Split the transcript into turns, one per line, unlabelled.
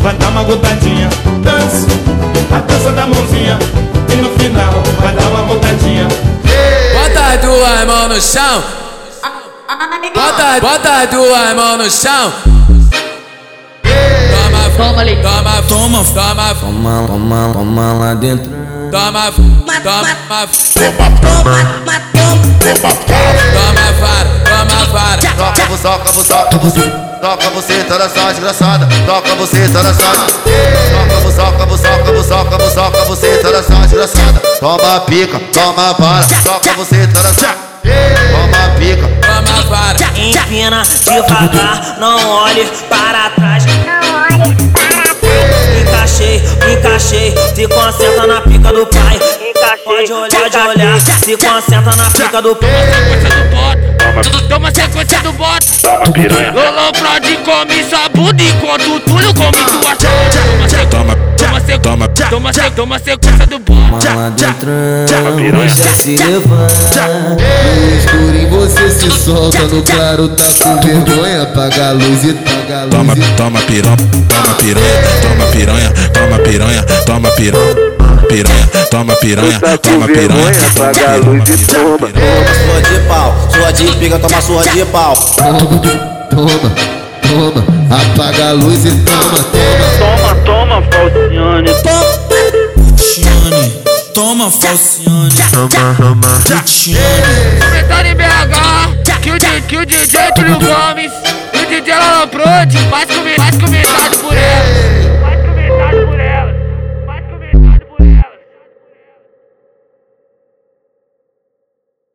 vai dar uma gotadinha. Dance, a dança da mãozinha. E no final vai dar uma gotadinha.
Bota as duas mãos no chão. Bota, bota as duas mãos no chão. Toma,
Toma, leitão.
toma, toma, toma,
Toma, toma, toma lá dentro.
toma, toma, toma, vara, toma vara.
Toca, você, toca, você, toca, você, toca você, toda só desgraçada. Toca você, toda só. Toca você, toca você, toca você, toca você, toca você, toda só desgraçada. Toma pica, toma bala. Toca você, toda só. Toma pica.
Toma vara,
Empina devagar, não olhe para trás. Encaixei, encaixei, se concentra na pica do pai. Pode olhar, pode olhar, se concentra na pica do pai.
Tudo toma sequência do bota. Lolo Prod come sua bunda enquanto o Túlio come tua chata. Toma, toma, se- toma, se- toma, se- toma sequência é do bota.
Toma lá dentro. Você se levanta.
No escuro em você se solta, no claro tá com vergonha. Apaga a luz e paga a luz.
Toma,
e-
toma piranha, toma piranha, toma piranha, toma piranha, toma piranha, piranha, toma piranha, toma piranha, toma piranha.
Toma sua de pau, sua de pica, toma sua de pau.
Toma, toma, toma. Apaga a luz e toma, toma.
Toma, toma, Falcione.
Falciane, toma Falciane, Falciane,
Comentário em BH, que o, D- que o DJ Túlio Gomes e o DJ Lolo Prod faz